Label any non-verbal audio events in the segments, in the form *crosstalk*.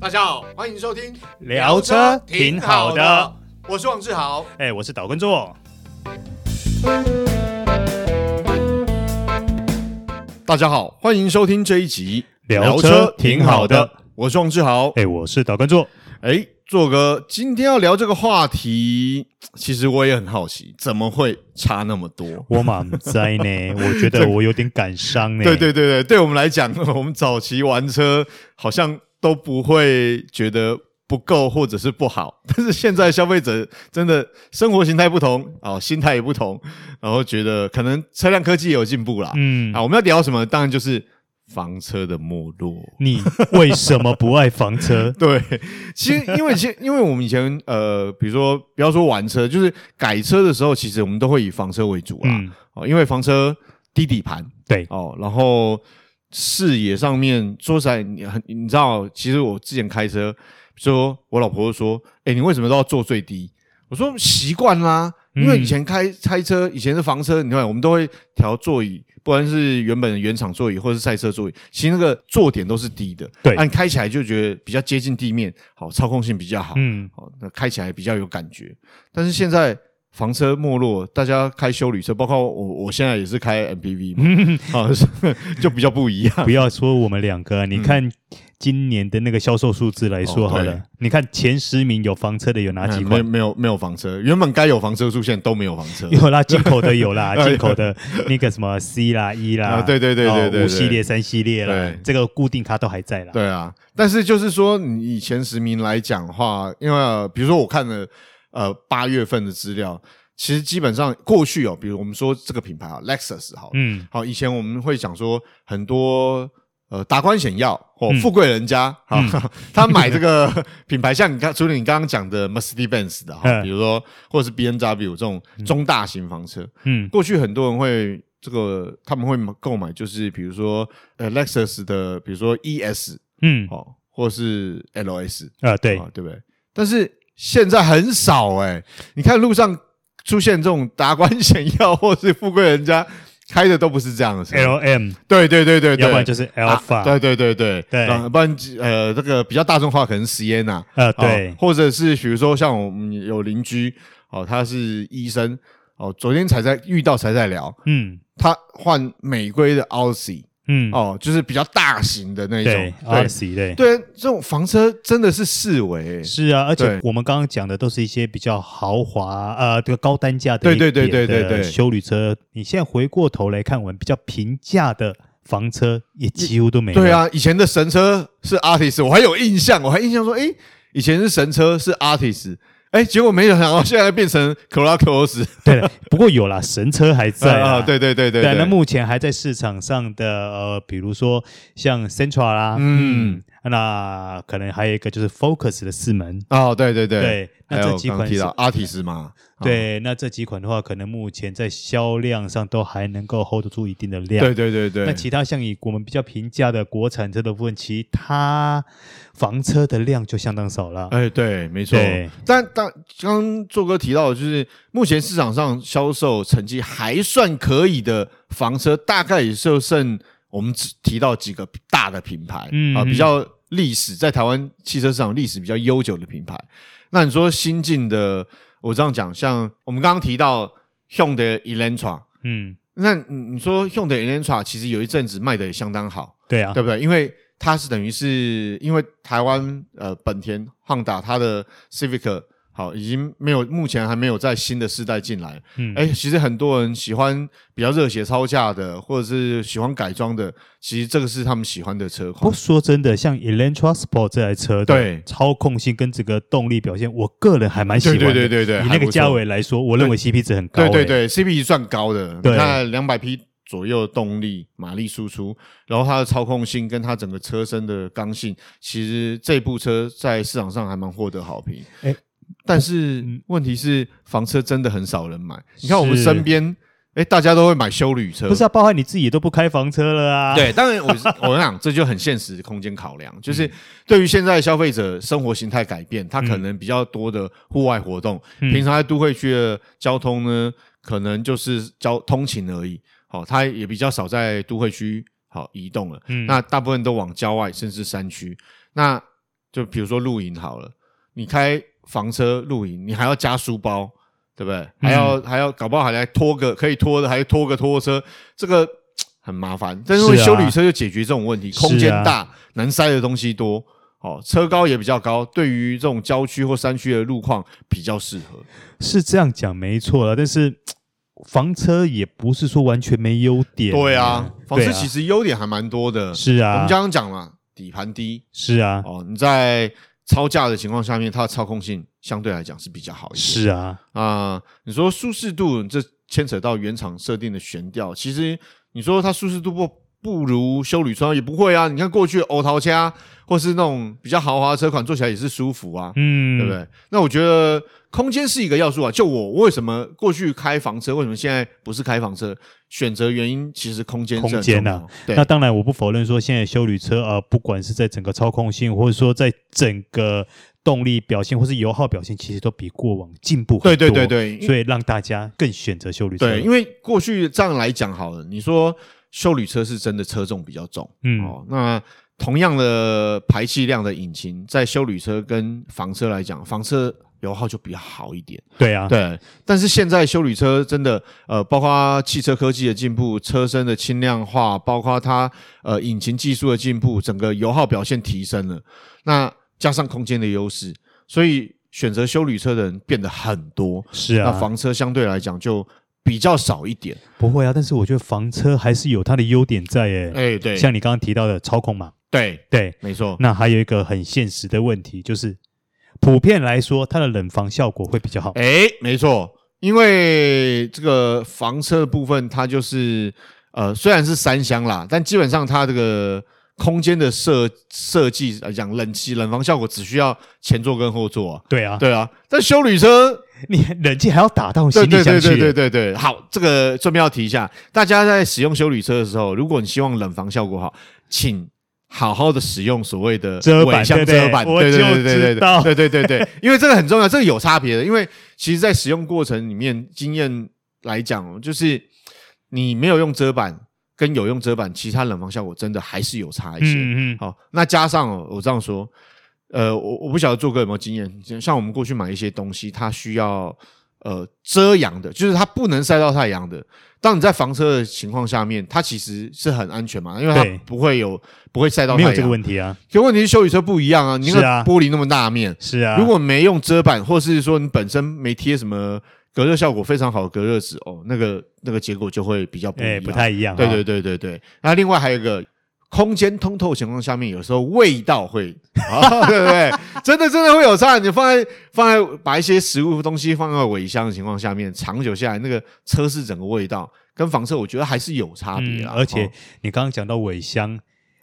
大家好，欢迎收听聊车挺好的，我是王志豪。哎、我是岛根座。大家好，欢迎收听这一集聊车挺好的，我是王志豪。哎、我是岛根座。哎，做哥，今天要聊这个话题，其实我也很好奇，怎么会差那么多？我满 *laughs* 在呢，我觉得我有点感伤呢。对对对对，对我们来讲， *laughs* 我们早期玩车好像都不会觉得不够或者是不好， *laughs* 但是现在消费者真的生活形态不同啊、哦心态也不同，然后觉得可能车辆科技也有进步啦。嗯，啊，我们要聊什么？当然就是房车的没落。？你为什么不爱房车 *laughs* 对，其实因为其实因为我们以前呃，比如说不要说玩车，就是改车的时候，其实我们都会以房车为主啦。嗯，哦，因为房车低底盘，对哦，然后视野上面，说实在，你很你知道，其实我之前开车，说我老婆就说，哎，你为什么都要坐最低？我说习惯啦，因为嗯以前开开车，以前是房车，你看我们都会调座椅，不管是原本的原厂座椅或是赛车座椅，其实那个坐点都是低的，对按开起来就觉得比较接近地面，好，操控性比较好，嗯，哦，那开起来比较有感觉。但是现在房车没落，大家开修旅车，包括我，我现在也是开 MPV 嘛， *laughs* 啊、是就比较不一 *laughs* 样。不要说我们两个，啊你看今年的那个销售数字来说嗯好哦对了，你看前十名有房车的有哪哎几没款？没有没有房车，原本该有房车出现都没有房车。有啦，进口的 *laughs* 有啦，哎进口的那个什么 C 啦、E 啦，啊对对对哦对对五对系列、三系列啦对，这个固定它都还在啦。对啊，但是就是说，你以前实名来讲的话，因为、呃比如说我看了呃八月份的资料，其实基本上过去哦，比如我们说这个品牌啊，Lexus 好了，嗯，好，以前我们会讲说很多呃达官显要或嗯富贵人家，好、 *laughs* 他买这个品牌，像你刚除了你刚刚讲的 Mercedes Benz 的哈，嗯比如说或者是 B N W 这种中大型房车，嗯过去很多人会这个他们会购买，就是比如说呃 Lexus 的，比如说 E S 嗯，哦，或是 L S 啊，对啊，对不对？但是现在很少哎、你看路上出现这种达官显要或是富贵人家开的都不是这样的车。 ，L M，对对对对对，哎要不然就是啊 Alpha，对对对对对啊不然呃这个比较大众化可能 Sienna，呃，哦对，或者是比如说像我们有邻居哦，他是医生哦，昨天才在遇到才在聊，嗯他换美规的 Aussie 嗯，哦，就是比较大型的那一对种， ，RC 对，对，这种房车真的是四维、欸，是啊，而且对我们刚刚讲的都是一些比较豪华呃，这个高单价的对一对对点对的对对修旅车。你现在回过头来看，我们比较平价的房车也几乎都没有。对，啊，以前的神车是 Artist，我还有印象，我还印象说，诶，以前是神车是 Artist，诶，结果没想到现在变成 c o l a c o *laughs* s 对了，不过有啦，神车还在啊，啦。对对对对对，对，那目前还在市场上的呃，比如说像 Sentra 啦，嗯，那可能还有一个就是 Focus 的四门，哦，对对对，对，还那这有几刚款提是到 Artist 嘛，啊对，那这几款的话，可能目前在销量上都还能够 hold 得住一定的量。对对对对，啊那其他像以我们比较平价的国产车的部分，其他房车的量就相当少了。哎，对，没错对。但但刚刚做哥提到，的就是目前市场上销售成绩还算可以的房车，大概也就剩我们只提到几个大的品牌，嗯啊，嗯比较历史在台湾汽车市场历史比较悠久的品牌。那你说新进的，我这样讲，像我们刚刚提到 Hyundai Elantra，嗯，那你你说 Hyundai Elantra 其实有一阵子卖的也相当好，对啊，对不对？因为它是等于是因为台湾呃本田、Honda 它的 Civic 好已经没有，目前还没有在新的世代进来。嗯，哎、其实很多人喜欢比较热血超价的，或者是喜欢改装的，其实这个是他们喜欢的车不过款。说真的，像 Elantra Sport 这台车的对操控性跟这个动力表现，我个人还蛮喜欢对的。对对对对，以还那不个错价，位来说，我认为 CP 值很高、对对哎，对，CP 算高的，对你看两百匹左右动力马力输出，然后它的操控性跟它整个车身的刚性，其实这部车在市场上还蛮获得好评。哎但是嗯问题是，房车真的很少人买。你看我们是身边，哎，大家都会买修旅车，不是啊，包含你自己也都不开房车了啊。，对，当然我是 *laughs* 我想这就很现实空间考量，就是对于现在消费者生活形态改变，他可能比较多的户外活动，嗯平常在都会区的交通呢，可能就是交通勤而已。好、他也比较少在都会区好移动了，嗯那大部分都往郊外甚至山区。那就比如说露营好了，你开房车露营，你还要加书包，对不嗯对？还要、还要，搞不好还来拖个可以拖的，还拖个拖车，这个嘖很麻烦。但是是啊修理车就解决这种问题，是啊空间大，能塞的东西多。哦，车高也比较高，对于这种郊区或山区的路况比较适合。是这样讲没错了，但是嘖房车也不是说完全没优点、对啊，房对车其实优点还蛮多的。是我啊，们刚刚讲嘛，底盘低是啊，哦，你在超价的情况下面，它的操控性相对来讲是比较好一点。是啊，啊、你说舒适度，这牵扯到原厂设定的悬吊。其实你说它舒适度不不如修旅车也不会啊。你看过去欧淘车或是那种比较豪华的车款，坐起来也是舒服啊，嗯，对不？对？那我觉得空间是一个要素啊。就我为什么过去开房车，为什么现在不是开房车？选择原因其实空间是很空间重啊要对那当然，我不否认说现在修旅车呃，不管是在整个操控性，或者说在整个动力表现，或是油耗表现，其实都比过往进步很对多。对对对，所以让大家更选择修旅车。对，因为过去这样来讲好了，你说修旅车是真的车重比较重，嗯哦，那同样的排气量的引擎，在修旅车跟房车来讲，房车油耗就比较好一点，对啊，对。但是现在修旅车真的，呃，包括汽车科技的进步，车身的轻量化，包括它呃引擎技术的进步，整个油耗表现提升了，那加上空间的优势，所以选择修旅车的人变得很多。是那啊，房车相对来讲就比较少一点。不会啊，但是我觉得房车还是有它的优点在诶、哎、对，啊像你刚刚提到的操控嘛，对，对，没错，那还有一个很现实的问题，就是普遍来说，它的冷房效果会比较好。哎、没错，因为这个房车的部分，它就是呃，虽然是三厢啦，但基本上它这个空间的设设计来讲，冷气冷房效果只需要前座跟后座啊。对啊，对啊，但修旅车你冷气还要打到行对李对箱对去，对对对对，好，这个顺便要提一下，大家在使用修理车的时候，如果你希望冷房效果好，请好好的使用所谓的遮板尾箱对不对遮板，我对对就对对对知道对对对对，因为这个很重要，这个有差别的，因为其实在使用过程里面，经验来讲哦，就是你没有用遮板跟有用遮板，其他冷房效果真的还是有差一些。嗯嗯，好，那加上哦，我这样说，呃，我我不晓得做哥有没有经验，像我们过去买一些东西，它需要呃遮阳的，就是它不能晒到太阳的。当你在房车的情况下面，它其实是很安全嘛，因为它对不会有不会晒到太没阳。有这个问题啊，可问题是修理车不一样啊，你那是啊个玻璃那么大面，是啊，如果没用遮板，或是说你本身没贴什么隔热效果非常好的隔热纸，哦，那个那个结果就会比较不一哎、样。不太一样、啊，对对对对对。那另外还有一个空间通透情况下面，有时候味道会， *laughs* 哦、对不对？真的真的会有差。你放在放在把一些食物东西放在尾箱的情况下面，长久下来，那个车室整个味道跟房车，我觉得还是有差别嗯，啦。而且哦你刚刚讲到尾箱，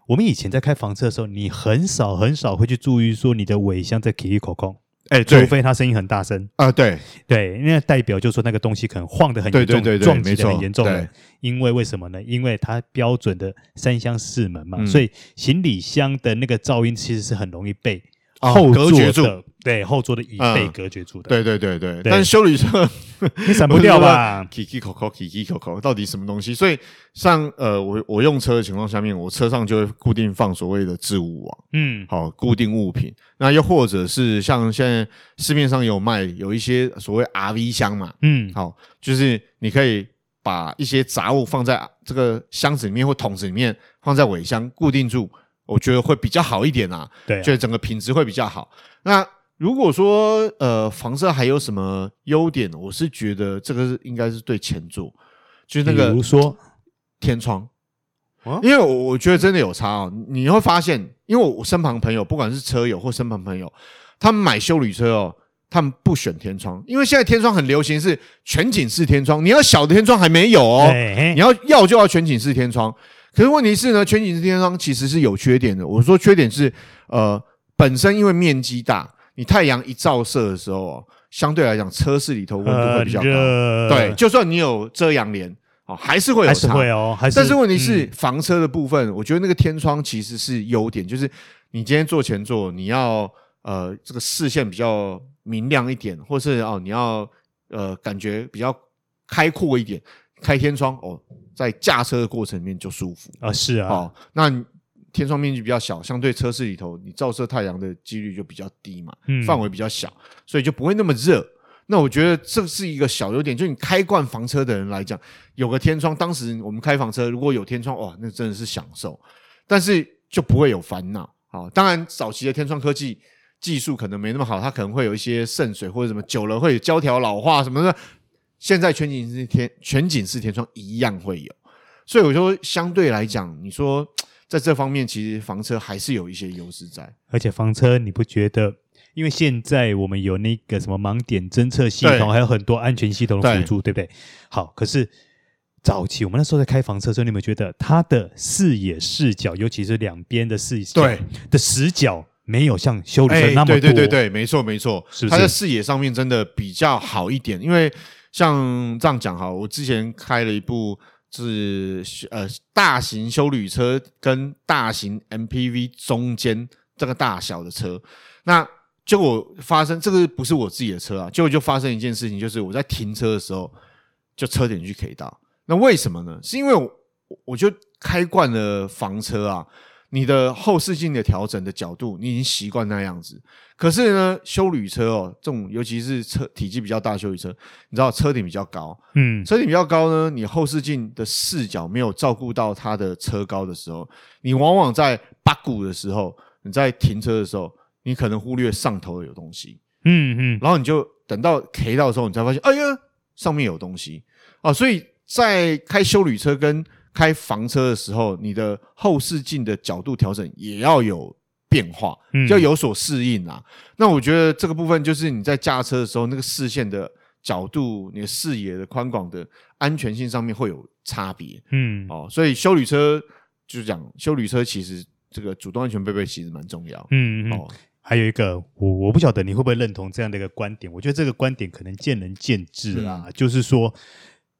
我们以前在开房车的时候，你很少很少会去注意说你的尾箱在 k i 口空，哎、除对，非它声音很大声，啊、对，对，那代表就是说那个东西可能晃得很严重，对对对对撞击没得错很严重对了。因为为什么呢？因为它标准的三厢四门嘛，嗯所以行李箱的那个噪音其实是很容易被哦后座隔绝住的，对后座的椅背嗯隔绝住的，对对对对。对但修理车 *laughs* 你闪不掉吧？ ？Kiki 口口 Kiki 口口，到底什么东西？所以像呃，我我用车的情况下面，我车上就会固定放所谓的置物网。嗯，好固定物品。那又或者是像现在市面上有卖有一些所谓 RV 箱嘛，嗯，好，就是你可以把一些杂物放在这个箱子里面或桶子里面，放在尾箱固定住，我觉得会比较好一点啊，对啊觉，得整个品质会比较好。那如果说呃房车还有什么优点，我是觉得这个是应该是对前座，就是那比个如说，天窗哦。因为我我觉得真的有差哦，你你会发现，因为我我身旁朋友，不管是车友或身旁朋友，他们买修旅车哦，他们不选天窗，因为现在天窗很流行是全景式天窗，你要小的天窗还没有哦，哎你要要就要全景式天窗。可是问题是呢，全景式天窗其实是有缺点的。我说缺点是，呃，本身因为面积大，你太阳一照射的时候哦，相对来讲车室里头温度会很比较高，呃热，对，就算你有遮阳帘哦，还是会有还是差。会哦，还是。但是问题是嗯，，房车的部分，我觉得那个天窗其实是优点，就是你今天坐前座，你要呃这个视线比较明亮一点，或是哦你要呃感觉比较开阔一点，开天窗哦，在驾车的过程里面就舒服啊，是啊，哦。那你天窗面积比较小，相对车室里头你照射太阳的几率就比较低嘛，嗯范围比较小，所以就不会那么热。那我觉得这是一个小优点，就你开惯房车的人来讲，有个天窗，当时我们开房车如果有天窗，哇，那真的是享受，但是就不会有烦恼。好，当然早期的天窗科技技术可能没那么好，它可能会有一些渗水或者什么，久了会有胶条老化什么的。现在全景式天全景式天窗一样会有，所以我说相对来讲，你说在这方面其实房车还是有一些优势在。而且房车你不觉得？因为现在我们有那个什么盲点侦测系对统，还有很多安全系统的辅助，对不对？好，可是早期我们那时候在开房车的时候，你有没有觉得它的视野视角，尤其是两边的视角对哎的死角，没有像修理车那么多？对对对对，没错没错，是不是它在视野上面真的比较好一点，因为像这样讲哈，我之前开了一部是呃大型修旅车跟大型 MPV 中间这个大小的车，那结果发生这个不是我自己的车啊，结果就发生一件事情，就是我在停车的时候就车点去 K 到，那为什么呢？是因为我我我就开惯了房车啊，你的后视镜的调整的角度，你已经习惯那样子。可是呢，修旅车哦，这种尤其是车体积比较大的修旅车，你知道车顶比较高，嗯，车顶比较高呢，你后视镜的视角没有照顾到它的车高的时候，你往往在八股的时候，你在停车的时候，你可能忽略上头有东西，嗯嗯然后你就等到 K 到的时候，你才发现，哎呀，上面有东西啊！所以在开修旅车跟开房车的时候，你的后视镜的角度调整也要有变化，嗯就要有所适应啊。那我觉得这个部分就是你在驾车的时候，那个视线的角度、你的视野的宽广的安全性上面会有差别。嗯，哦，所以修旅车就是讲修旅车，其实这个主动安全配备其实蛮重要。嗯嗯嗯哦，还有一个，我我不晓得你会不会认同这样的一个观点。我觉得这个观点可能见仁见智啦，嗯就是说，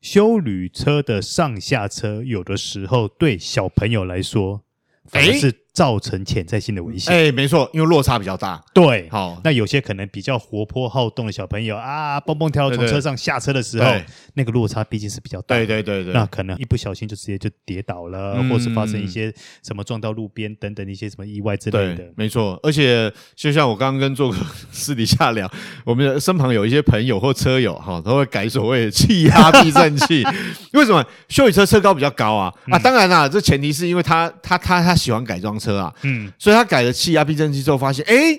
修旅车的上下车有的时候对小朋友来说，反而诶是造成潜在性的危险。哎、没错，因为落差比较大。对，好，那有些可能比较活泼好动的小朋友啊，蹦蹦跳跳从对对车上下车的时候对，那个落差毕竟是比较大的。对对对对，那可能一不小心就直接就跌倒了，嗯或是发生一些什么撞到路边等等一些什么意外之类对的，。没错。而且就像我刚刚跟做哥 *laughs* 私底下聊，我们的身旁有一些朋友或车友哈，都会改所谓的气压避震器。 *laughs* 为什么修理车车高比较高啊？啊，当然啦、这前提是因为他他他他喜欢改装车啊，嗯，所以他改了气压避震器之后，发现诶，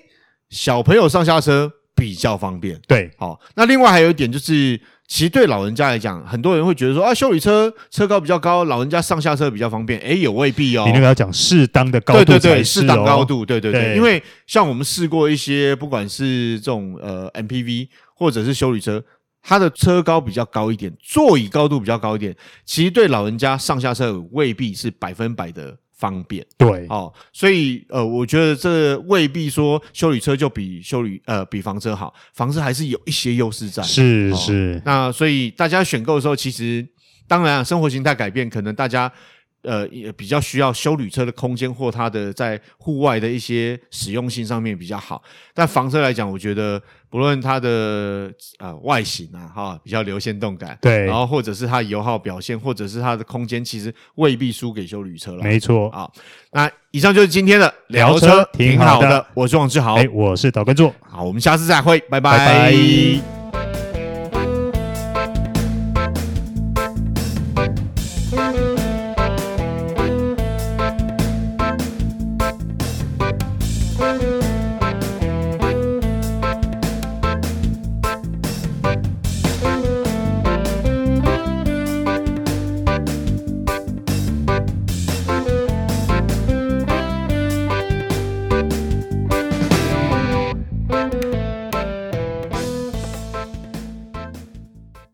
小朋友上下车比较方便。对，好，那另外还有一点就是，其实对老人家来讲，很多人会觉得说啊，修理车车高比较高，老人家上下车比较方便。诶，也未必哦。你那个要讲适当的高对度对才对，是适当哦高，度，对对对，对因为像我们试过一些，不管是这种呃 MPV 或者是修理车，它的车高比较高一点，座椅高度比较高一点，其实对老人家上下车未必是百分百的方便对，哦，所以呃，我觉得这未必说修理车就比修理呃比房车好，房车还是有一些优势在。是哦是，那所以大家选购的时候，其实当然、啊、生活形态改变，可能大家呃也比较需要修旅车的空间或它的在户外的一些使用性上面比较好。但房车来讲，我觉得不论它的呃外形啊哈比较流线动感，对然后或者是它油耗表现，或者是它的空间，其实未必输给修旅车了。没错。好，那以上就是今天的聊车挺挺好好的我是王志豪哎，，我是导观众，好，我们下次再会，拜拜拜